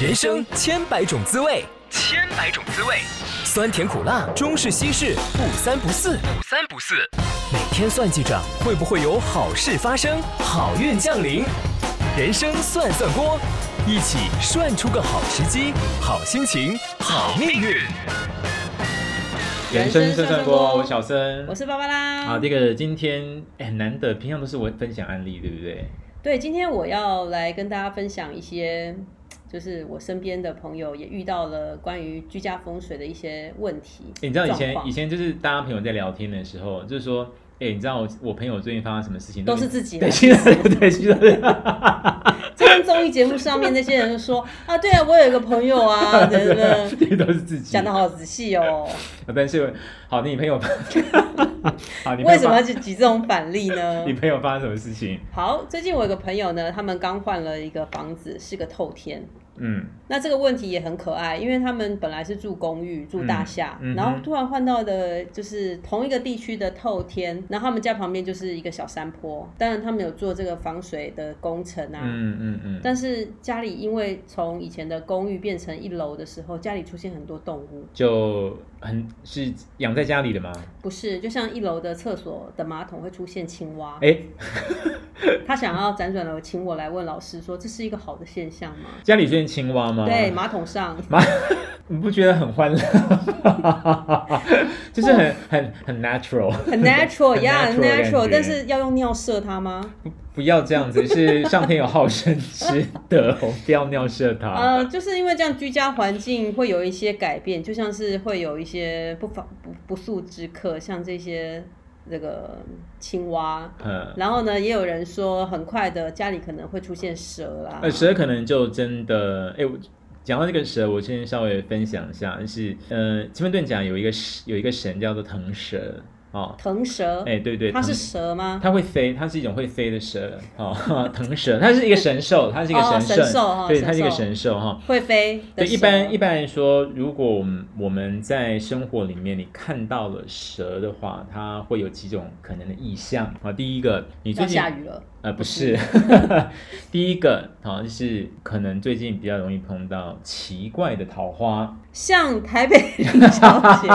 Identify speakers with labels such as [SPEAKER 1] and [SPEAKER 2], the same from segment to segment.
[SPEAKER 1] 人生千百种滋味，千百种滋味，酸甜苦辣，中式西式，不三不四，不三不四。每天算计着会不会有好事发生，好运降临。人生算算锅，一起涮出个好时机，好心情，好命运。
[SPEAKER 2] 人生胜算锅，我小生
[SPEAKER 3] 我。是芭芭拉。
[SPEAKER 2] 好，这个今天哎很难得，平常都是我分享案例，对不对？哎
[SPEAKER 3] 对，今天我要来跟大家分享一些，就是我身边的朋友也遇到了关于居家风水的一些问题。
[SPEAKER 2] 哎你知道以
[SPEAKER 3] 状
[SPEAKER 2] 前
[SPEAKER 3] 况
[SPEAKER 2] 以前就是大家朋友在聊天的时候，就是说，哎，你知道我我朋友最近发生什么事情？
[SPEAKER 3] 都是自己
[SPEAKER 2] 对，
[SPEAKER 3] 的。
[SPEAKER 2] 现在 对，现在
[SPEAKER 3] 就跟综艺节目上面那些人就说啊，对啊，我有一个朋友 啊，等等，
[SPEAKER 2] 对都是自己啊
[SPEAKER 3] 讲的。好仔细哦。
[SPEAKER 2] 但是好，你朋友， 好，你朋友
[SPEAKER 3] 为什么
[SPEAKER 2] 发？
[SPEAKER 3] 要去举这种反例呢
[SPEAKER 2] 你朋友发生什么事情？
[SPEAKER 3] 好，最近我有个朋友呢，他们刚换了一个房子，是个透天。
[SPEAKER 2] 嗯，
[SPEAKER 3] 那这个问题也很可爱，因为他们本来是住公寓、住大厦，
[SPEAKER 2] 嗯嗯哼
[SPEAKER 3] 然后突然换到的就是同一个地区的透天，然后他们家旁边就是一个小山坡。当然，他们有做这个防水的工程啊。
[SPEAKER 2] 嗯嗯嗯，
[SPEAKER 3] 但是家里因为从以前的公寓变成一楼的时候，家里出现很多动物，
[SPEAKER 2] 就很是养在家里的嘛。
[SPEAKER 3] 不是就像一楼的厕所的马桶会出现青蛙。
[SPEAKER 2] 哎，
[SPEAKER 3] 他想要辗转楼，请我来问老师说，这是一个好的现象吗？
[SPEAKER 2] 家里出现青蛙吗？
[SPEAKER 3] 对，马桶上
[SPEAKER 2] 妈，你不觉得很欢乐？ 就是很很很 natural，
[SPEAKER 3] 很 natural 呀，很
[SPEAKER 2] natural 的感
[SPEAKER 3] natural，
[SPEAKER 2] 觉
[SPEAKER 3] 但是要用尿射它吗？
[SPEAKER 2] 不要这样子，是上天有好生之德，不要尿射它。
[SPEAKER 3] 呃，就是因为这样居家环境会有一些改变，就像是会有一些不法不不速之客，像这些这个青蛙。
[SPEAKER 2] 嗯，
[SPEAKER 3] 然后呢，也有人说很快的家里可能会出现蛇啦。
[SPEAKER 2] 呃，蛇可能就真的，哎、我讲到这个蛇，我先稍微分享一下，就是呃，奇门遁甲有一个神有一个神叫做腾蛇哦，
[SPEAKER 3] 腾蛇，
[SPEAKER 2] 哎、对对，
[SPEAKER 3] 它是
[SPEAKER 2] 腾
[SPEAKER 3] 蛇吗？
[SPEAKER 2] 它会飞，它是一种会飞的蛇哦， 腾蛇，它是一个神兽，它是一个
[SPEAKER 3] 哦
[SPEAKER 2] 神
[SPEAKER 3] 神兽哦
[SPEAKER 2] 对，它是一个
[SPEAKER 3] 神兽
[SPEAKER 2] 神兽哈、
[SPEAKER 3] 会飞的
[SPEAKER 2] 对，
[SPEAKER 3] 蛇。
[SPEAKER 2] 一般一般来说，如果我们我们在生活里面你看到了蛇的话，它会有几种可能的意象啊。第一个，你最
[SPEAKER 3] 要
[SPEAKER 2] 近
[SPEAKER 3] 下雨了。
[SPEAKER 2] 呃不是， 第一个好像是可能最近比较容易碰到奇怪的桃花，
[SPEAKER 3] 像台北林小 姐，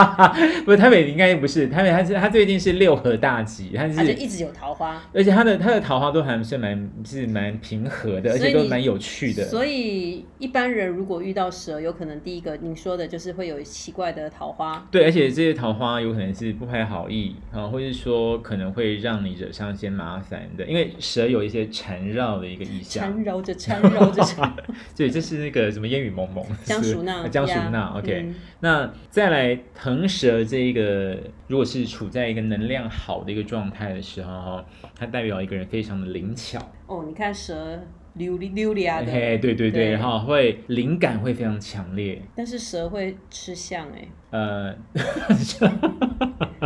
[SPEAKER 2] 不是台北应该不是台北，它是它最近是六合大吉，它。
[SPEAKER 3] 她就是一直有桃花，
[SPEAKER 2] 而且它的它的桃花都还是蛮是蛮平和的，而
[SPEAKER 3] 所以
[SPEAKER 2] 且都
[SPEAKER 3] 你
[SPEAKER 2] 蛮有趣的。
[SPEAKER 3] 所以一般人如果遇到蛇，有可能第一个您说的就是会有奇怪的桃花，
[SPEAKER 2] 对，而且这些桃花有可能是不怀好意啊，或是说可能会让你惹上一些麻烦的，因为蛇有一些缠绕的一个意
[SPEAKER 3] 缠
[SPEAKER 2] 象。
[SPEAKER 3] 绕着缠绕着缠
[SPEAKER 2] 对，这是那个什么烟雨蒙蒙，
[SPEAKER 3] 江
[SPEAKER 2] 是
[SPEAKER 3] 淑娜
[SPEAKER 2] 呃江淑
[SPEAKER 3] 呀
[SPEAKER 2] 娜。OK，、
[SPEAKER 3] 嗯
[SPEAKER 2] 那再来腾蛇这一个，如果是处在一个能量好的一个状态的时候，哈，它代表一个人非常的灵巧，
[SPEAKER 3] 哦，你看蛇溜里溜里啊
[SPEAKER 2] 嘿、
[SPEAKER 3] 的，
[SPEAKER 2] 对对对，
[SPEAKER 3] 对
[SPEAKER 2] 然后会灵感会非常强烈，
[SPEAKER 3] 但是蛇会吃相哎、
[SPEAKER 2] 呃，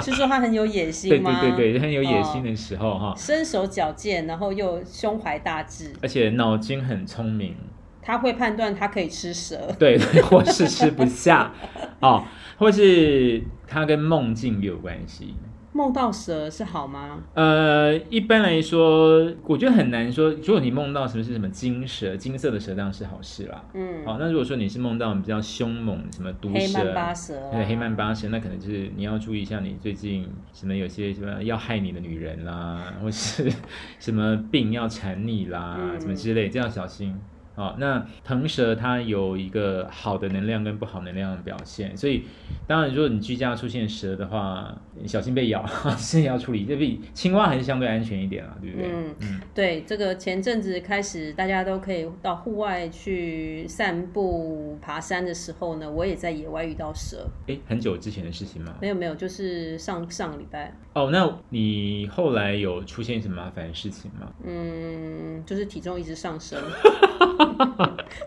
[SPEAKER 3] 是说它很有野
[SPEAKER 2] 对
[SPEAKER 3] 心吗？
[SPEAKER 2] 对对对，很有野心
[SPEAKER 3] 哦
[SPEAKER 2] 的时候哈、
[SPEAKER 3] 身手矫健，然后又胸怀大志，
[SPEAKER 2] 而且脑筋很聪明，
[SPEAKER 3] 他会判断他可以吃蛇。
[SPEAKER 2] 对，对，或是吃不下哦，或是它跟梦境也有关系。
[SPEAKER 3] 梦到蛇是好吗？
[SPEAKER 2] 呃，一般来说，我觉得很难说。如果你梦到什么是什么金蛇，金色的蛇当然是好事啦。
[SPEAKER 3] 嗯，
[SPEAKER 2] 好、那如果说你是梦到比较凶猛什么哦毒
[SPEAKER 3] 黑
[SPEAKER 2] 蛇
[SPEAKER 3] 曼、巴蛇、啊，
[SPEAKER 2] 对黑曼巴蛇，那可能就是你要注意一下，你最近什么有些什么要害你的女人啦，或是 什么病要缠你啦，
[SPEAKER 3] 嗯
[SPEAKER 2] 什么之类，这要小心。哦，那腾蛇它有一个好的能量跟不好能量的表现，所以当然，如果你居家出现蛇的话，你小心被咬， 是要处理。这比青蛙还是相对安全一点啦，对不对？
[SPEAKER 3] 嗯
[SPEAKER 2] 嗯
[SPEAKER 3] 对，这个前阵子开始，大家都可以到户外去散步、爬山的时候呢，我也在野外遇到蛇。
[SPEAKER 2] 诶，很久之前的事情吗？
[SPEAKER 3] 没有没有，就是上上个礼拜，
[SPEAKER 2] 哦，那你后来有出现什么麻烦的事情吗？
[SPEAKER 3] 嗯，就是体重一直上 升，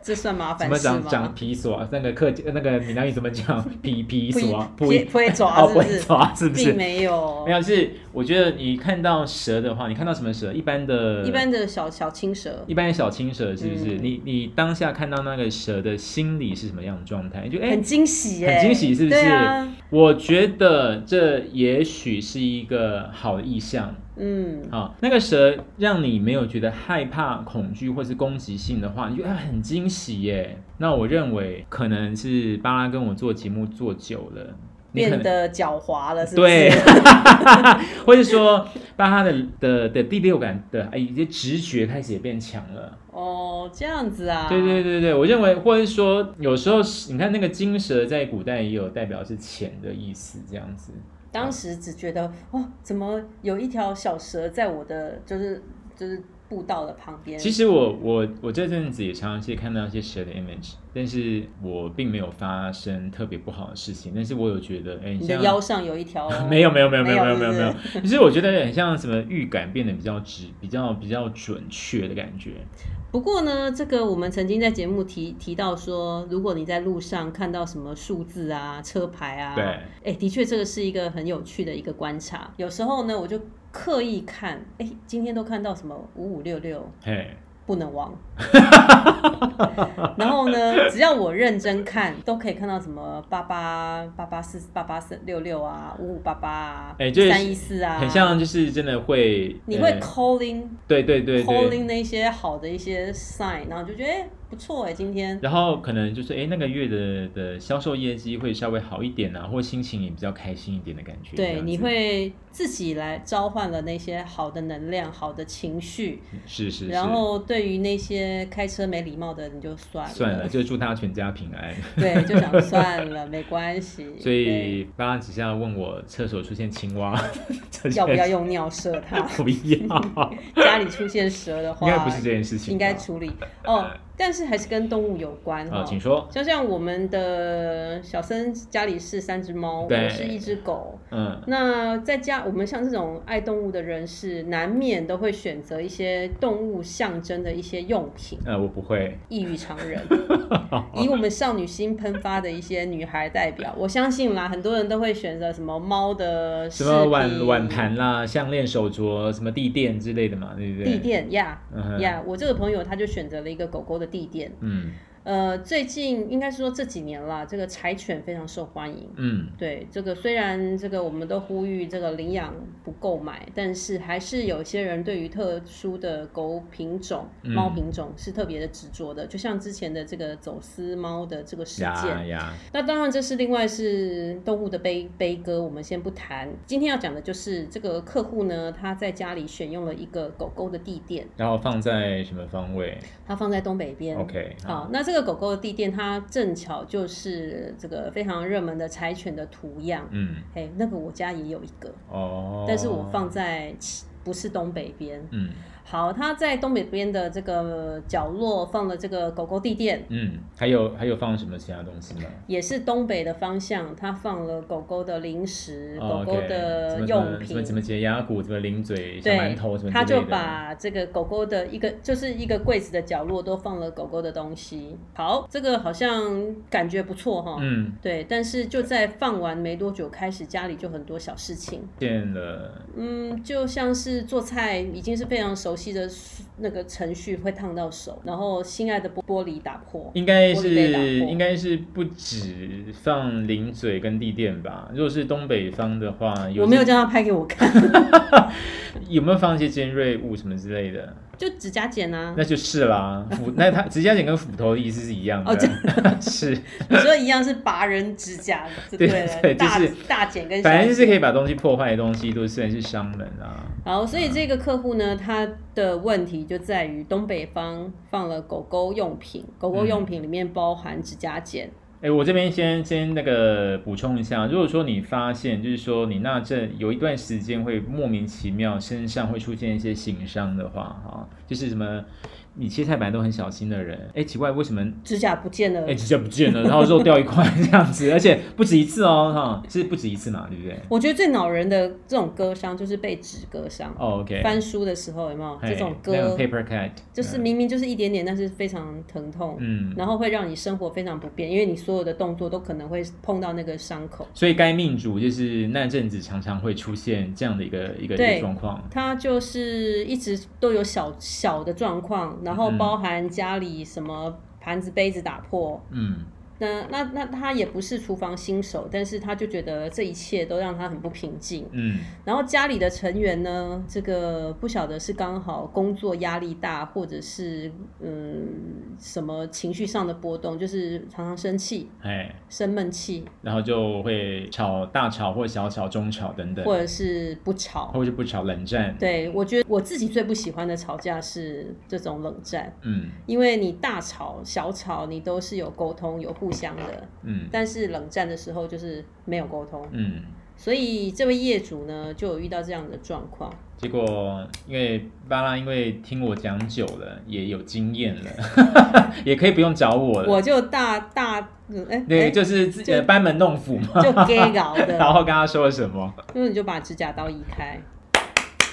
[SPEAKER 3] 这算麻
[SPEAKER 2] 怎
[SPEAKER 3] 烦
[SPEAKER 2] 么
[SPEAKER 3] 事
[SPEAKER 2] 讲讲
[SPEAKER 3] 吗？
[SPEAKER 2] 皮索？那个客那个闽南语怎 么讲？皮皮索？
[SPEAKER 3] 不会不会抓是
[SPEAKER 2] 哦，不
[SPEAKER 3] 不
[SPEAKER 2] 会
[SPEAKER 3] 是？
[SPEAKER 2] 抓是不是？
[SPEAKER 3] 并没有
[SPEAKER 2] 没，有，是我觉得你看到蛇的话，你看到什么蛇？一般的，
[SPEAKER 3] 一般的小小青蛇，
[SPEAKER 2] 一般的小青蛇是不是？
[SPEAKER 3] 嗯
[SPEAKER 2] 你你当下看到那个蛇的心理是什么样的状态？就哎、
[SPEAKER 3] 很惊喜耶，
[SPEAKER 2] 很惊喜是不是
[SPEAKER 3] 对啊，
[SPEAKER 2] 我觉得这也许是一个好的意象。
[SPEAKER 3] 嗯，
[SPEAKER 2] 好，那个蛇让你没有觉得害怕、恐惧或是攻击性的话，你就会很惊喜耶。那我认为可能是巴拉跟我做节目做久了，你可
[SPEAKER 3] 变
[SPEAKER 2] 能
[SPEAKER 3] 得狡猾了，是不
[SPEAKER 2] 对
[SPEAKER 3] 是？，
[SPEAKER 2] 或者说巴拉的的的第六感的哎一些直觉开始也变强了。
[SPEAKER 3] 哦，这样子啊，
[SPEAKER 2] 对对对对，我认为或者说有时候是你看那个金蛇在古代也有代表是钱的意思，这样子。
[SPEAKER 3] 当时只觉得哦，怎么有一条小蛇在我的就是就是步道的旁边？
[SPEAKER 2] 其实我我我这阵子也常常是看到一些蛇的 image，但是我并没有发生特别不好的事情，但是我有觉得，哎、
[SPEAKER 3] 你的
[SPEAKER 2] 像，
[SPEAKER 3] 腰上有一条
[SPEAKER 2] 没有没有没有没有没有没
[SPEAKER 3] 没
[SPEAKER 2] 有
[SPEAKER 3] 有
[SPEAKER 2] 没
[SPEAKER 3] 是
[SPEAKER 2] 有，其实我觉得很像什么预感变得比较直，比较比较准确的感觉。
[SPEAKER 3] 不过呢，这个我们曾经在节目提提到说，如果你在路上看到什么数字啊、车牌啊，
[SPEAKER 2] 对
[SPEAKER 3] 哎，的确这个是一个很有趣的一个观察。有时候呢，我就刻意看，哎，今天都看到什么五五六六，
[SPEAKER 2] 嘿，
[SPEAKER 3] 不能 忘。然后呢，只要我认真看，都可以看到什么八八八八四八八四六六啊，五五八八啊，
[SPEAKER 2] 哎就是
[SPEAKER 3] 三一四啊，
[SPEAKER 2] 很像就是真的会，
[SPEAKER 3] 你会
[SPEAKER 2] 呃
[SPEAKER 3] calling
[SPEAKER 2] 对对对
[SPEAKER 3] calling
[SPEAKER 2] 对，
[SPEAKER 3] 那些好的一些 sign，然后就觉得哎、不错哎、今天
[SPEAKER 2] 然后可能就是哎、那个月的的销售业绩会稍微好一点啊，或心情也比较开心一点的感觉。这
[SPEAKER 3] 对
[SPEAKER 2] 样
[SPEAKER 3] 你
[SPEAKER 2] 子
[SPEAKER 3] 会自己来召唤了那些好的能量、好的情绪，
[SPEAKER 2] 是是是，
[SPEAKER 3] 然后对于那些开车没礼貌的你就算了，
[SPEAKER 2] 算了，就祝他全家平 安。
[SPEAKER 3] 对，就想算了， 没关系，
[SPEAKER 2] 所以巴拉只是要问我厕所出现青蛙， 这
[SPEAKER 3] 对
[SPEAKER 2] 件
[SPEAKER 3] 要不要用尿射它？
[SPEAKER 2] 不要，
[SPEAKER 3] 家里出现蛇的
[SPEAKER 2] 应
[SPEAKER 3] 话，
[SPEAKER 2] 该不是这件事情吧，
[SPEAKER 3] 应该处理哦。但是还是跟动物有关
[SPEAKER 2] 啊，
[SPEAKER 3] 哈。
[SPEAKER 2] 请说。
[SPEAKER 3] 就像我们的小森家里是三只猫，
[SPEAKER 2] 对
[SPEAKER 3] 我是一只狗。
[SPEAKER 2] 嗯，
[SPEAKER 3] 那在家，我们像这种爱动物的人士，难免都会选择一些动物象征的一些用 品，
[SPEAKER 2] 呃，我不会，
[SPEAKER 3] 异于常 人。以我们少女心喷发的一些女孩代表，我相信啦，很多人都会选择什么猫的
[SPEAKER 2] 什
[SPEAKER 3] 饰
[SPEAKER 2] 么
[SPEAKER 3] 品、
[SPEAKER 2] 碗碗、盘啦、项链、手镯、什么地垫之类的嘛，对不对？
[SPEAKER 3] 地，垫呀
[SPEAKER 2] 嗯哼
[SPEAKER 3] 呀！我这个朋友他就选择了一个狗狗的地垫。
[SPEAKER 2] 嗯
[SPEAKER 3] 呃，最近应该是说这几年啦，这个柴犬非常受欢迎。
[SPEAKER 2] 嗯，
[SPEAKER 3] 对，这个虽然这个我们都呼吁这个领养不购买，但是还是有些人对于特殊的狗品种、
[SPEAKER 2] 嗯
[SPEAKER 3] 猫品种是特别的执着的，就像之前的这个走私猫的这个事
[SPEAKER 2] 呀
[SPEAKER 3] 件。
[SPEAKER 2] 呀，
[SPEAKER 3] 那当然，这是另外是动物的悲悲歌，我们先不谈。今天要讲的就是这个客户呢，他在家里选用了一个狗狗的地垫，
[SPEAKER 2] 然后放在什么方位
[SPEAKER 3] 它放在东北边。
[SPEAKER 2] ？OK，
[SPEAKER 3] 好，那这个狗狗的地垫，它正巧就是这个非常热门的柴犬的图样。
[SPEAKER 2] 嗯，
[SPEAKER 3] 哎、那个我家也有一个，
[SPEAKER 2] 哦，
[SPEAKER 3] 但是我，放在其不是东北边。
[SPEAKER 2] 嗯
[SPEAKER 3] 好，它在东北边的这个角落放了这个狗狗地垫，
[SPEAKER 2] 嗯，还有还有放什么其他东西吗？
[SPEAKER 3] 也是东北的方向，它放了狗狗的零食、
[SPEAKER 2] 哦
[SPEAKER 3] 嗯狗狗
[SPEAKER 2] OK，什
[SPEAKER 3] 的用
[SPEAKER 2] 么什么
[SPEAKER 3] 品
[SPEAKER 2] 什。么解压骨、什么零嘴、小馒
[SPEAKER 3] 对
[SPEAKER 2] 头什么，之
[SPEAKER 3] 它就
[SPEAKER 2] 类的
[SPEAKER 3] 把这个狗狗的一个就是一个柜子的角落都放了狗狗的东西。好，这个好像感觉不错哈。
[SPEAKER 2] 嗯
[SPEAKER 3] 对，但是就在放完没多久开始，家里就很多小事情。
[SPEAKER 2] 见了，
[SPEAKER 3] 嗯，就像是做菜已经是非常熟悉的那个程序，会烫到手，然后心爱的玻玻璃打破。
[SPEAKER 2] 应该
[SPEAKER 3] 玻璃被打
[SPEAKER 2] 是
[SPEAKER 3] 破
[SPEAKER 2] 应该是不止放零嘴跟地垫吧？如果是东北方的话，有
[SPEAKER 3] 我没有
[SPEAKER 2] 些
[SPEAKER 3] 叫他拍给我看，
[SPEAKER 2] 有没有放一些尖锐物什么之类的？
[SPEAKER 3] 就指甲剪啊
[SPEAKER 2] 那，就是啦，斧 那它指甲剪跟斧头的意思是一样的，
[SPEAKER 3] 哦这
[SPEAKER 2] 是，
[SPEAKER 3] 你说一样是拔人指甲， 就对了，
[SPEAKER 2] 对对
[SPEAKER 3] 大
[SPEAKER 2] 就是
[SPEAKER 3] 大剪跟小
[SPEAKER 2] 反正就是可
[SPEAKER 3] 剪
[SPEAKER 2] 以把东西破坏的东西都算是伤门啊。
[SPEAKER 3] 好，所以这个客户呢，他的问题就在于东北方放了狗狗用品，狗
[SPEAKER 2] 嗯
[SPEAKER 3] 狗用品里面包含指甲剪，
[SPEAKER 2] 哎，我这边先先那个补充一下，如果说你发现就是说你那阵有一段时间会莫名其妙身上会出现一些形伤的话，哈，就是什么你切菜本来都很小心的人，哎，奇怪为什么
[SPEAKER 3] 指甲不见了
[SPEAKER 2] 哎指甲不见了，然后肉掉一块这样子，而 且不止一次哦，哈，是不止一次嘛，对不对？
[SPEAKER 3] 我觉得最恼人的这种割伤就是被纸割伤。
[SPEAKER 2] 哦，OK、o k
[SPEAKER 3] 翻书的时候有没有这种
[SPEAKER 2] 那种
[SPEAKER 3] 割？
[SPEAKER 2] paper cut，
[SPEAKER 3] 就是明明就是一点点，但是非常疼痛，
[SPEAKER 2] 嗯
[SPEAKER 3] 然后会让你生活非常不便，因为你所有的动作都可能会碰到那个伤口。
[SPEAKER 2] 所以该命主就是那阵子常常会出现这样的一个一个一个
[SPEAKER 3] 对
[SPEAKER 2] 状况，
[SPEAKER 3] 他就是一直都有小小的状况，然后
[SPEAKER 2] 嗯
[SPEAKER 3] 包含家里什么盘子、杯子打破，
[SPEAKER 2] 嗯，
[SPEAKER 3] 那那那他也不是厨房新手，但是他就觉得这一切都让他很不平静。
[SPEAKER 2] 嗯
[SPEAKER 3] 然后家里的成员呢，这个不晓得是刚好工作压力大，或者是嗯什么情绪上的波动，就是常常生气、
[SPEAKER 2] 哎，
[SPEAKER 3] 生闷气，
[SPEAKER 2] 然后就会吵大吵或小吵、中吵等等，
[SPEAKER 3] 或者是不吵。
[SPEAKER 2] 或者不吵冷战。
[SPEAKER 3] 对我觉得我自己最不喜欢的吵架是这种冷战，
[SPEAKER 2] 嗯
[SPEAKER 3] 因为你大吵小吵你都是有沟通有互相的，
[SPEAKER 2] 嗯
[SPEAKER 3] 但是冷战的时候就是没有沟通，
[SPEAKER 2] 嗯，
[SPEAKER 3] 所以这位业主呢就有遇到这样的状况。
[SPEAKER 2] 结果因为巴拉因为听我讲久了，也有经验了， 也可以不用找我了。
[SPEAKER 3] 我就大大嗯哎、
[SPEAKER 2] 对，
[SPEAKER 3] 哎
[SPEAKER 2] 呃就是自己呃班门弄斧嘛。
[SPEAKER 3] 就 gay 搞
[SPEAKER 2] 然
[SPEAKER 3] 的，
[SPEAKER 2] 后跟他说了什么？
[SPEAKER 3] 因为你就把指甲刀移开，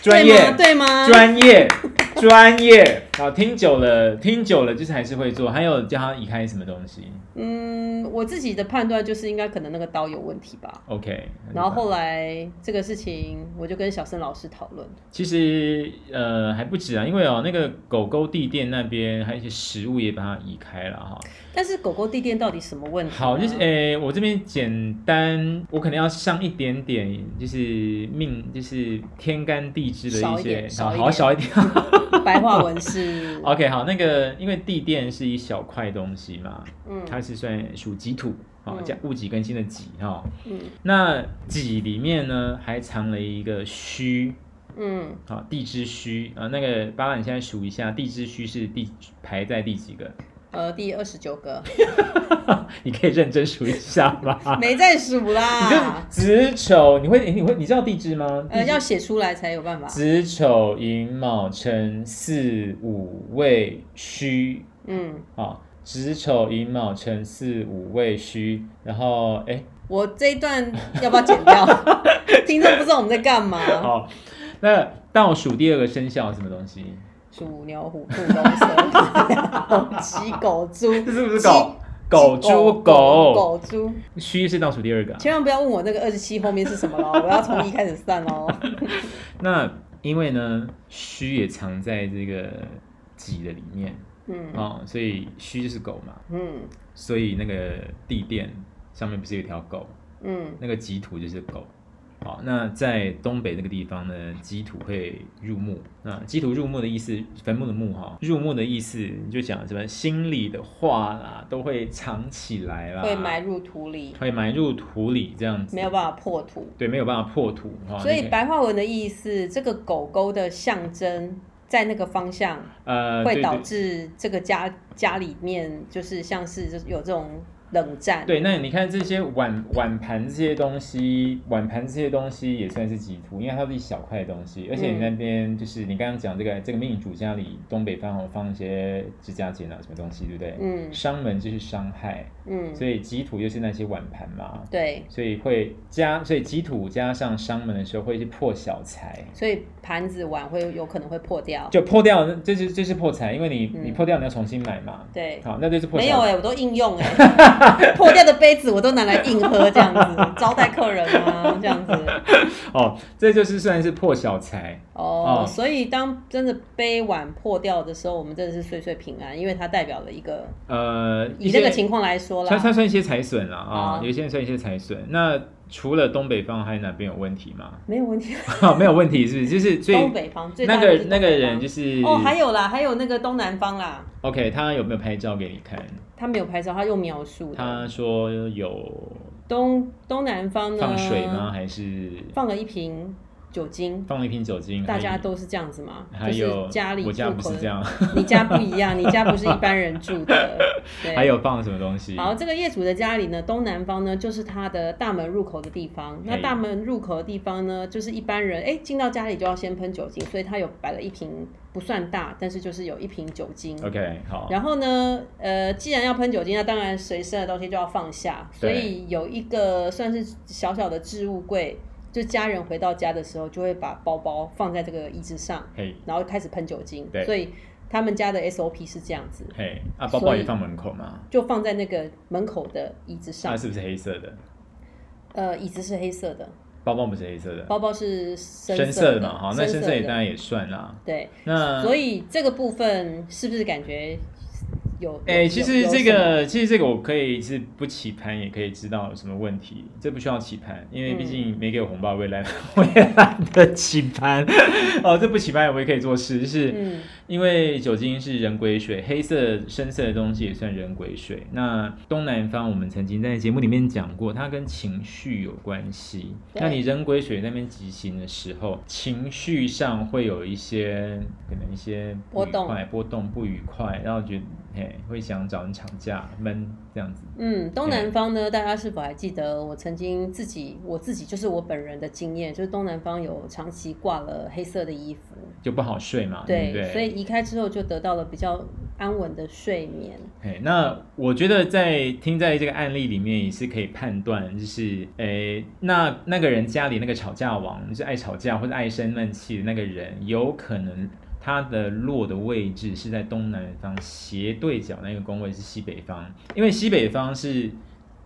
[SPEAKER 2] 专业，
[SPEAKER 3] 对吗？对吗？
[SPEAKER 2] 专业，专业。好，听久了，听久了，就是还是会做。还有叫他移开什么东西
[SPEAKER 3] 嗯，我自己的判断就是应该可能那个刀有问题吧。
[SPEAKER 2] ？OK 那就算了。
[SPEAKER 3] 然后后来这个事情，我就跟小森老师讨论，
[SPEAKER 2] 其实呃还不止啊，因为哦那个狗狗地垫那边还有一些食物也把它移开了哈。
[SPEAKER 3] 但是狗狗地垫到底什么问题呢？
[SPEAKER 2] 好，就是哎诶、我这边简单，我可能要上一点点，就是命，就是天干地支的
[SPEAKER 3] 少
[SPEAKER 2] 一
[SPEAKER 3] 一
[SPEAKER 2] 些
[SPEAKER 3] 点，
[SPEAKER 2] 好
[SPEAKER 3] 少一点
[SPEAKER 2] 好少一点。
[SPEAKER 3] 白话文是
[SPEAKER 2] OK，好，那 个因为地垫是一小块东西嘛，
[SPEAKER 3] 嗯
[SPEAKER 2] 它是算属己土啊，
[SPEAKER 3] 嗯
[SPEAKER 2] 加戊己庚辛的己哈。
[SPEAKER 3] 嗯
[SPEAKER 2] 那己里面呢还藏了一个虚，
[SPEAKER 3] 嗯
[SPEAKER 2] 好，地支虚啊，那个巴拉，你现在数一下，地支虚是第排在第几个？
[SPEAKER 3] 呃第二十九个
[SPEAKER 2] 你可以认真数一下吗？
[SPEAKER 3] 没在数
[SPEAKER 2] 你
[SPEAKER 3] 啦，
[SPEAKER 2] 就子丑，你会诶你会你知道地支吗？
[SPEAKER 3] 呃
[SPEAKER 2] 地支
[SPEAKER 3] 要写出来才有办法。
[SPEAKER 2] 子丑寅卯辰巳午未戌
[SPEAKER 3] 嗯，
[SPEAKER 2] 啊，子丑寅卯辰巳午未戌，然后诶，
[SPEAKER 3] 我这一段要不要剪 掉？听众不知道我们在干嘛。
[SPEAKER 2] 好，那倒数第二个生肖是什么东西？
[SPEAKER 3] 鼠、牛、虎、兔、龙、蛇、鸡、狗、猪，
[SPEAKER 2] 这是不是狗？狗、
[SPEAKER 3] 鸡哦
[SPEAKER 2] 猪、
[SPEAKER 3] 狗、
[SPEAKER 2] 狗，
[SPEAKER 3] 狗猪？
[SPEAKER 2] 戌是倒数第二个啊、
[SPEAKER 3] 千万不要问我那个二十七后面是什么了，我要从一开始算喽。
[SPEAKER 2] 那因为呢，戌也藏在这个己的里面
[SPEAKER 3] 嗯
[SPEAKER 2] 哦，所以戌就是狗嘛，
[SPEAKER 3] 嗯
[SPEAKER 2] 所以那个地垫上面不是有一条狗，
[SPEAKER 3] 嗯
[SPEAKER 2] 那个己土就是狗。好，那在东北那个地方呢，己土会入墓。那己土入墓的意思，坟墓的墓哈，入墓的意思，你就讲什么心里的话啦，都会藏起来啦，
[SPEAKER 3] 会埋入土里，
[SPEAKER 2] 会埋入土里这样子，
[SPEAKER 3] 没有办法破土。
[SPEAKER 2] 对，没有办法破土哈。
[SPEAKER 3] 所
[SPEAKER 2] 你
[SPEAKER 3] 以
[SPEAKER 2] 可
[SPEAKER 3] 白话文的意思，这个狗狗的象征在那个方向，
[SPEAKER 2] 呃
[SPEAKER 3] 会
[SPEAKER 2] 对
[SPEAKER 3] 导
[SPEAKER 2] 对
[SPEAKER 3] 致这个家家里面就是像是就是有这种冷战。
[SPEAKER 2] 对，那你看这些碗碗盘这些东西，碗盘这些东西也算是己土，因为它是一小块的东西，而且你
[SPEAKER 3] 嗯
[SPEAKER 2] 那边就是你刚刚讲这个这个命主家里东北方有放一些指甲剪啊什么东西，对不对？
[SPEAKER 3] 嗯
[SPEAKER 2] 伤门就是伤害，
[SPEAKER 3] 嗯，
[SPEAKER 2] 所以己土就是那些碗盘嘛，
[SPEAKER 3] 对，
[SPEAKER 2] 所以会加，所以己土加上伤门的时候会去破小财。
[SPEAKER 3] 所以盘子碗会有可能会破掉。
[SPEAKER 2] 就破掉，这是这是破财，因为你、你
[SPEAKER 3] 嗯
[SPEAKER 2] 破掉你要重新买嘛。
[SPEAKER 3] 对
[SPEAKER 2] 好，那就是破
[SPEAKER 3] 没
[SPEAKER 2] 小
[SPEAKER 3] 有哎、
[SPEAKER 2] 财。
[SPEAKER 3] 我都应用哎、 破掉的杯子我都拿来硬喝，这样子招待客人啊，这样子。
[SPEAKER 2] 哦，这就是算是破小财。
[SPEAKER 3] 哦、
[SPEAKER 2] 哦
[SPEAKER 3] 所以当真的杯碗破掉的时候，我们真的是岁岁平安，因为它代表了一个
[SPEAKER 2] 呃，
[SPEAKER 3] 以
[SPEAKER 2] 一
[SPEAKER 3] 这个
[SPEAKER 2] 些
[SPEAKER 3] 情况来说
[SPEAKER 2] 它
[SPEAKER 3] 啦，
[SPEAKER 2] 它算一些财损了啊，
[SPEAKER 3] 哦
[SPEAKER 2] 有些人算一些财损。那除了东北方，还有哪边有问题吗？
[SPEAKER 3] 没有问题。啊
[SPEAKER 2] 没有问题，是不是？就是最
[SPEAKER 3] 东北方最
[SPEAKER 2] 那
[SPEAKER 3] 大的
[SPEAKER 2] 个
[SPEAKER 3] 是
[SPEAKER 2] 那
[SPEAKER 3] 东
[SPEAKER 2] 个
[SPEAKER 3] 北
[SPEAKER 2] 人
[SPEAKER 3] 方
[SPEAKER 2] 就是
[SPEAKER 3] 哦，还有啦，还有那个东南方啦，
[SPEAKER 2] OK，他有没有拍照给你看？
[SPEAKER 3] 他没有拍照，他用描述
[SPEAKER 2] 他
[SPEAKER 3] 的。
[SPEAKER 2] 说有
[SPEAKER 3] 东东南方呢，
[SPEAKER 2] 放水
[SPEAKER 3] 呃
[SPEAKER 2] 吗？？还是
[SPEAKER 3] 放了一瓶酒精，
[SPEAKER 2] 放了一瓶酒精？
[SPEAKER 3] 大家
[SPEAKER 2] 还有
[SPEAKER 3] 都是这样子嘛，
[SPEAKER 2] 还有
[SPEAKER 3] 就是家里
[SPEAKER 2] 我家
[SPEAKER 3] 住
[SPEAKER 2] 不
[SPEAKER 3] 口
[SPEAKER 2] 是
[SPEAKER 3] 的
[SPEAKER 2] 这样，
[SPEAKER 3] 你家不一样，你家不是一般人住的。对，
[SPEAKER 2] 还有放什么东西？
[SPEAKER 3] 好，这个业主的家里呢，东南方呢就是他的大门入口的地方。那
[SPEAKER 2] 嘿
[SPEAKER 3] 大门入口的地方呢，就是一般人哎进到家里就要先喷酒精，所以他有摆了一瓶不算大，但是就是有一瓶酒精。
[SPEAKER 2] OK，好，
[SPEAKER 3] 然后呢，呃，既然要喷酒精，那当然随身的东西就要放下，所
[SPEAKER 2] 对
[SPEAKER 3] 以有一个算是小小的置物柜，就家人回到家的时候就会把包包放在这个椅子上，
[SPEAKER 2] 嘿
[SPEAKER 3] 然后开始喷酒精
[SPEAKER 2] 对。
[SPEAKER 3] 所以他们家的 SOP 是这样子，
[SPEAKER 2] 嘿，啊，包包
[SPEAKER 3] 所
[SPEAKER 2] 也
[SPEAKER 3] 以
[SPEAKER 2] 放门口吗？
[SPEAKER 3] 就放在那个门口的椅子上
[SPEAKER 2] 它。是不是黑色的？
[SPEAKER 3] 呃，椅子是黑色的，
[SPEAKER 2] 包包不是黑色的，
[SPEAKER 3] 包包是深
[SPEAKER 2] 深
[SPEAKER 3] 色
[SPEAKER 2] 色的嘛？好，那深色
[SPEAKER 3] 色
[SPEAKER 2] 也嗯
[SPEAKER 3] 的
[SPEAKER 2] 当然也算啦。
[SPEAKER 3] 对。
[SPEAKER 2] 那
[SPEAKER 3] 所以这个部分是不是感觉有
[SPEAKER 2] 哎、
[SPEAKER 3] 有
[SPEAKER 2] 其
[SPEAKER 3] 有
[SPEAKER 2] 实
[SPEAKER 3] 有
[SPEAKER 2] 这
[SPEAKER 3] 什么
[SPEAKER 2] 个，其实这个我可以是不期盼，也可以知道有什么问题，这不需要期盼，因为毕
[SPEAKER 3] 嗯
[SPEAKER 2] 竟没给我红包，我 也懒，我也懒得期盼。 哦，这不期盼我也可以做事，就是、
[SPEAKER 3] 嗯
[SPEAKER 2] 因为酒精是人癸水，黑色深色的东西也算人癸水。那东南方我们曾经在节目里面讲过，它跟情绪有关系。
[SPEAKER 3] 对
[SPEAKER 2] 那你人癸水那边执行的时候，情绪上会有一些可能一些不愉
[SPEAKER 3] 波动
[SPEAKER 2] 快、波动、不愉快，然后觉得嘿会想找人吵架、闷这样子。
[SPEAKER 3] 嗯，东南方呢，大家是否还记得我曾经自己我自己就是我本人的经验，就是东南方有长期挂了黑色的衣服，
[SPEAKER 2] 就不好睡嘛，
[SPEAKER 3] 对，
[SPEAKER 2] 不啊对？
[SPEAKER 3] 所以移开之后就得到了比较安稳的睡眠。
[SPEAKER 2] 嘿，那我觉得在听在这个案例里面也是可以判断，就是诶，那那个人家里那个吵架王，就是爱吵架或者爱生闷气的那个人，有可能他的落的位置是在东南方斜对角那个宫位是西北方，因为西北方是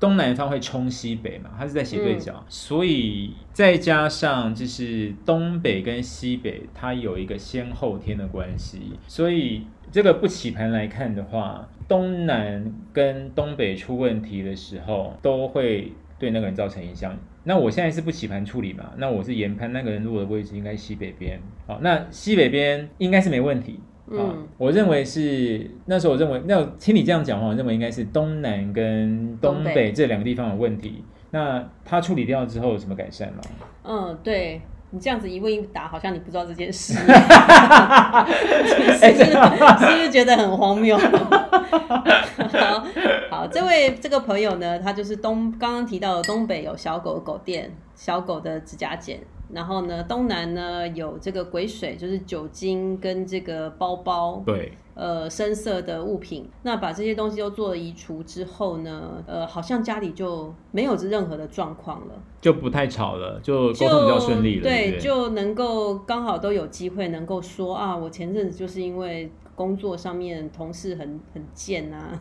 [SPEAKER 2] 东南方会冲西北嘛，它是在斜对角，所以再加上就是东北跟西北它有一个先后天的关系，所以这个不起盘来看的话，东南跟东北出问题的时候，都会对那个人造成影响。那我现在是不起盘处理嘛？那我是研判那个人落的位置应该西北边，好，那西北边应该是没问题，啊
[SPEAKER 3] 嗯，
[SPEAKER 2] 我认为是那时候我认为，那听你这样讲的话，我认为应该是东南跟东
[SPEAKER 3] 东
[SPEAKER 2] 北
[SPEAKER 3] 北
[SPEAKER 2] 这两个地方有问题。那它处理掉之后有什么改善吗？
[SPEAKER 3] 嗯，对你这样子一问一答，好像你不知道这件事，是
[SPEAKER 2] 哎
[SPEAKER 3] 不是？是不是觉得很荒谬？ 好，好，这位这个朋友呢，他就是东刚刚提到的东北有小狗狗店，小狗的指甲剪。然后呢，东南呢有这个鬼水，就是酒精跟这个包包，
[SPEAKER 2] 对，
[SPEAKER 3] 呃深色的物品。那把这些东西都做了移除之后呢，呃，好像家里就没有任何的状况了。
[SPEAKER 2] 就不太吵了，就
[SPEAKER 3] 就
[SPEAKER 2] 沟通比较顺利了，对
[SPEAKER 3] 对，
[SPEAKER 2] 不对
[SPEAKER 3] 就能够刚好都有机会能够说啊，我前阵子就是因为工作上面同事很很贱啊，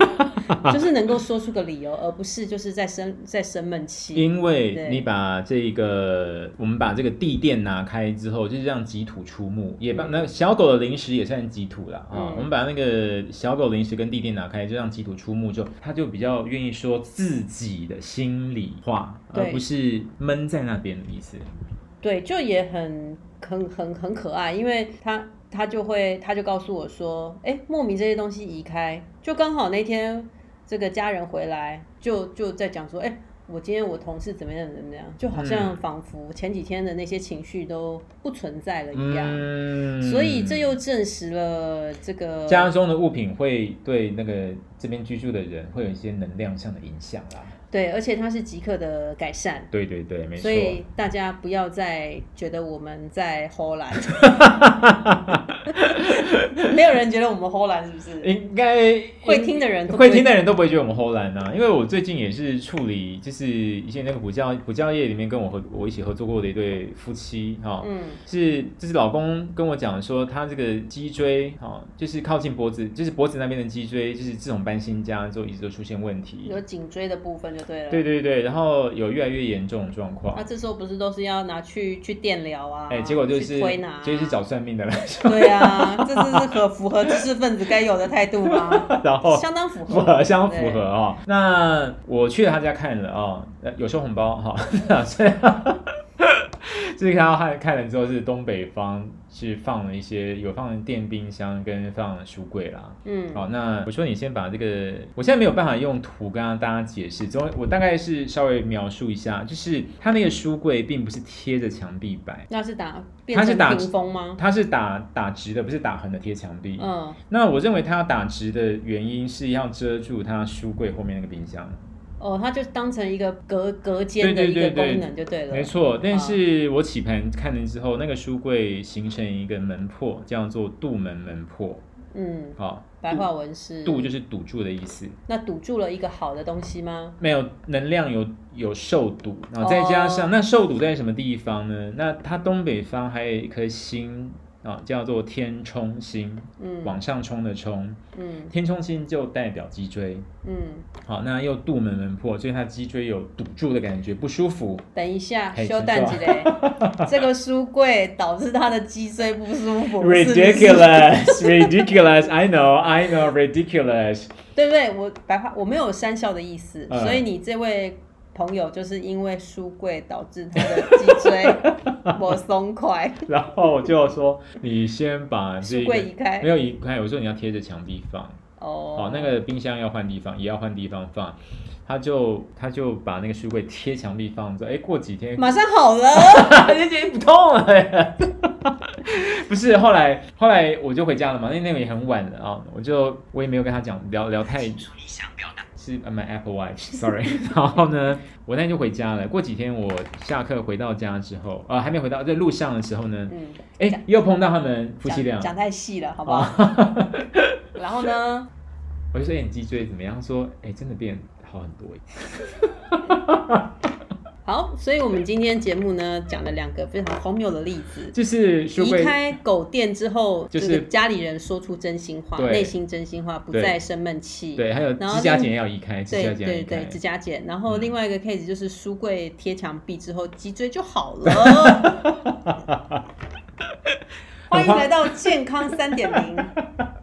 [SPEAKER 3] 就是能够说出个理由，而不是就是在生在生闷气。
[SPEAKER 2] 因为
[SPEAKER 3] 对
[SPEAKER 2] 你把这个，我们把这个地垫拿开之后，就是让吉土出木，也把那小狗的零食也算吉土啦。啊、
[SPEAKER 3] 嗯
[SPEAKER 2] 我们把那个小狗零食跟地垫拿开，就让吉土出木之后，它就比较愿意说自己的心里话，而
[SPEAKER 3] 对
[SPEAKER 2] 不是闷在那边的意思。
[SPEAKER 3] 对，就也很很很很可爱，因为他他就会他就告诉我说，哎，莫名这些东西移开，就刚好那天这个家人回来，就就在讲说，哎。我今天我同事怎么样怎么样，就好
[SPEAKER 2] 嗯
[SPEAKER 3] 像仿佛前几天的那些情绪都不存在了一样，
[SPEAKER 2] 嗯
[SPEAKER 3] 哎所以这又证实了这个
[SPEAKER 2] 家中的物品会对那个这边居住的人会有一些能量上的影响啦。
[SPEAKER 3] 对，而且它是即刻的改善，
[SPEAKER 2] 对对对，没错
[SPEAKER 3] 所。以大家不要再觉得我们在偷 懒，没有人觉得我们偷懒是不是？
[SPEAKER 2] 应该
[SPEAKER 3] 会听的人都不
[SPEAKER 2] 会听的人都不会觉得我们偷懒啊，因为我最近也是处理就是一些那个补教补教业里面跟我合我一起合作过的一对夫妻哈、
[SPEAKER 3] 嗯
[SPEAKER 2] 是就是老公跟我讲说他这个脊椎哈、就是靠近脖子，就是脖子那边的脊椎，就是自从搬新家之后一直都出现问题
[SPEAKER 3] 有，颈椎的部分就对了。
[SPEAKER 2] 对对对，然后有越来越严重的状况
[SPEAKER 3] 那、，这时候不是都是要拿去去电疗啊？
[SPEAKER 2] 哎、结果就
[SPEAKER 3] 去
[SPEAKER 2] 是
[SPEAKER 3] 推拿，啊
[SPEAKER 2] 就是找。算命的来说，
[SPEAKER 3] 对啊，这这是很符合知识分子该有的态度吗？
[SPEAKER 2] 然后
[SPEAKER 3] 相当符
[SPEAKER 2] 符
[SPEAKER 3] 合，
[SPEAKER 2] 合，哦相符
[SPEAKER 3] 对
[SPEAKER 2] 合。哦。那我去了他家看了哦，呃有收红包哈， 呃所以这个他看看了之后是东北方是放了一些有放电冰箱跟放书柜啦。
[SPEAKER 3] 嗯，
[SPEAKER 2] 好，那我说你先把这个，我现在没有办法用图跟大家解释，总我大概是稍微描述一下，就是它那个书柜并不是贴着墙壁摆，
[SPEAKER 3] 那是打变
[SPEAKER 2] 它是
[SPEAKER 3] 成
[SPEAKER 2] 打
[SPEAKER 3] 屏风吗？
[SPEAKER 2] 它是打打直的，不是打横的贴墙壁。
[SPEAKER 3] 嗯，
[SPEAKER 2] 那我认为它要打直的原因是要遮住它书柜后面那个冰箱，
[SPEAKER 3] 哦，它就当成一个隔隔间的一啊
[SPEAKER 2] 对对
[SPEAKER 3] 个
[SPEAKER 2] 对对
[SPEAKER 3] 功能就对了。
[SPEAKER 2] 没错。但是我起盘看了之后，那个书柜形成一个门破，叫做杜门门破。
[SPEAKER 3] 嗯，
[SPEAKER 2] 好，
[SPEAKER 3] 白话文是
[SPEAKER 2] 杜就是堵住的意思，
[SPEAKER 3] 那堵住了一个好的东西吗？
[SPEAKER 2] 没有能量有有受堵，然后
[SPEAKER 3] 哦
[SPEAKER 2] 再加上、那受堵在什么地方呢？那它东北方还有一颗星啊，叫做天冲星，
[SPEAKER 3] 嗯
[SPEAKER 2] 往上冲的冲，
[SPEAKER 3] 嗯
[SPEAKER 2] 天冲星就代表脊椎，
[SPEAKER 3] 嗯，
[SPEAKER 2] 好，那又肚门门破，所以他脊椎有堵住的感觉，不舒服。
[SPEAKER 3] 等一下，
[SPEAKER 2] 嘿
[SPEAKER 3] 休蛋几 嘞？这个书柜导致他的脊椎不舒 服是不是
[SPEAKER 2] Ridiculous, ridiculous. I know, I know, ridiculous.
[SPEAKER 3] 对不对？我白话我没有删笑的意思，
[SPEAKER 2] 嗯
[SPEAKER 3] 所以你这位朋友就是因为书柜导致他的脊 椎我松快，
[SPEAKER 2] 然后我就说，你先把这
[SPEAKER 3] 书
[SPEAKER 2] 个
[SPEAKER 3] 柜移开
[SPEAKER 2] 没有移开，我说你要贴着墙壁放。
[SPEAKER 3] 哦
[SPEAKER 2] 哦，那个冰箱要换地方，也要换地方放。他就他就把那个书柜贴墙壁放着，哎，过几天
[SPEAKER 3] 马上好 了，
[SPEAKER 2] 就觉得不痛了。 不是，后来后来我就回家了嘛，那那个也很晚了啊、我就我也没有跟他讲聊聊太。是呃买 Apple Watch，sorry。然 后呢，我那天就回家了。过几天我下课回到家之后，呃，还没回到在路上的时候呢，
[SPEAKER 3] 嗯，
[SPEAKER 2] 哎、
[SPEAKER 3] 讲
[SPEAKER 2] 又碰到他们夫妻
[SPEAKER 3] 讲
[SPEAKER 2] 俩，哦
[SPEAKER 3] 讲太细了，好不好？然后呢，
[SPEAKER 2] 我就说：“哎、你脊椎怎么样？”他说：“哎、真的变好很多耶。
[SPEAKER 3] 好，所以我们今天节目呢讲了两个非常荒谬的例子”。
[SPEAKER 2] 就是书
[SPEAKER 3] 离
[SPEAKER 2] 柜
[SPEAKER 3] 开狗店之后，
[SPEAKER 2] 就是
[SPEAKER 3] 这个家里人说出真心话，
[SPEAKER 2] 对
[SPEAKER 3] 内心真心话，不
[SPEAKER 2] 对
[SPEAKER 3] 再生闷气。
[SPEAKER 2] 对，还有
[SPEAKER 3] 然后
[SPEAKER 2] 指甲
[SPEAKER 3] 另
[SPEAKER 2] 剪也要移开，指甲
[SPEAKER 3] 对
[SPEAKER 2] 剪要移
[SPEAKER 3] 对
[SPEAKER 2] 开
[SPEAKER 3] 对，指甲剪。然后
[SPEAKER 2] 嗯
[SPEAKER 3] 另外一个 case 就是书柜贴墙壁之后，脊椎就好了。 欢迎来到健康三点零，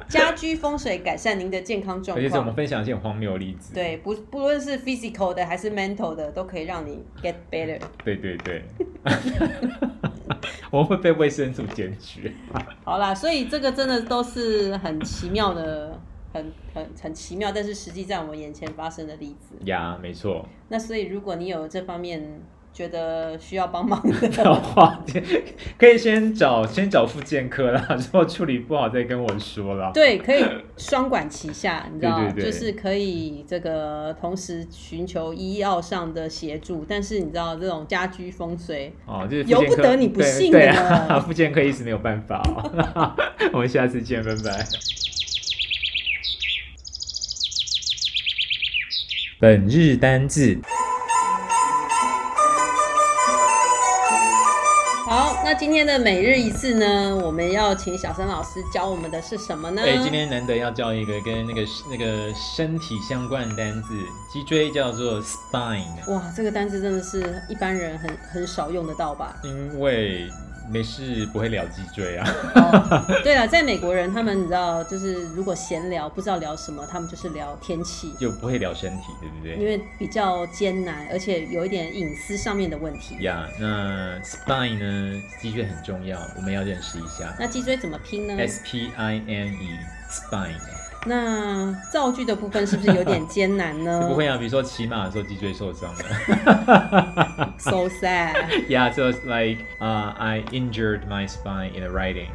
[SPEAKER 3] 家居风水改善您的健康状
[SPEAKER 2] 而且是我们
[SPEAKER 3] 况。
[SPEAKER 2] 分享一些很荒谬的例子。
[SPEAKER 3] 对，不不论是 physical 的还是 mental 的，都可以让你 get better。
[SPEAKER 2] 对对对， 我们会被卫生组检举。
[SPEAKER 3] 好啦，所以这个真的都是很奇妙的，很很很奇妙，但是实际在我们眼前发生的例子。
[SPEAKER 2] 呀，没错。
[SPEAKER 3] 那所以如果你有这方面觉得需要帮忙的，
[SPEAKER 2] 的话，可以先找先找复健科啦，如果处理不好再跟我说 啦。
[SPEAKER 3] 对，可以双管齐下，你知道，
[SPEAKER 2] 对对对
[SPEAKER 3] 就是可以这个同时寻求医药上的协助，但是你知道这种家居风水，
[SPEAKER 2] 哦，就是
[SPEAKER 3] 由
[SPEAKER 2] 复健科
[SPEAKER 3] 不得你不
[SPEAKER 2] 对
[SPEAKER 3] 信
[SPEAKER 2] 对
[SPEAKER 3] 的
[SPEAKER 2] 啊，复健科一直没有办法、哦。 我们下次见，拜拜。本日单字
[SPEAKER 3] 好，那今天的每日一次呢，我们要请小森老师教我们的是什么呢？
[SPEAKER 2] 哎、今天难得要教一个跟那个那个身体相关的单字，脊椎叫做 spine，？
[SPEAKER 3] 哇，这个单词真的是一般人很很少用得到吧
[SPEAKER 2] 因为没事不会聊脊椎啊。
[SPEAKER 3] 哦、对了，在美国人他们你知道，就是如果闲聊不知道聊什么，他们就是聊天气，
[SPEAKER 2] 就不会聊身体，对不
[SPEAKER 3] 因
[SPEAKER 2] 对？
[SPEAKER 3] 为比较艰难，而且有一点隐私上面的问题。
[SPEAKER 2] 呀那 spine 呢，脊椎很重要，我们要认识一下。
[SPEAKER 3] 那脊椎怎么拼呢？
[SPEAKER 2] S P I N E spine
[SPEAKER 3] 那造句的部分是不是有点艰难呢？
[SPEAKER 2] 不会啊，比如说骑马的时候脊椎受伤了
[SPEAKER 3] ，so sad。
[SPEAKER 2] ，Yeah, so it's like, uh, I injured my spine in the riding.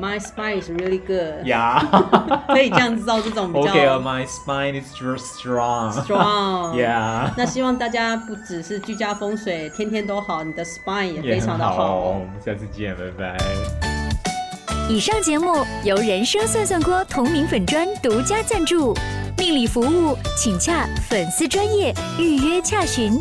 [SPEAKER 3] My spine is really good。
[SPEAKER 2] Yeah,
[SPEAKER 3] 可以这样子造这种比
[SPEAKER 2] okay, uh,
[SPEAKER 3] 较
[SPEAKER 2] my spine is very strong.
[SPEAKER 3] strong。
[SPEAKER 2] Yeah，
[SPEAKER 3] 那希望大家不只是居家风水天天都好，你的 spine 也
[SPEAKER 2] 也
[SPEAKER 3] 非
[SPEAKER 2] 很
[SPEAKER 3] 常的
[SPEAKER 2] 好哦，我们下次见，拜拜。
[SPEAKER 4] 以上节目由人生算算锅同名粉专独家赞助，命理服务请洽粉丝专业预约洽询。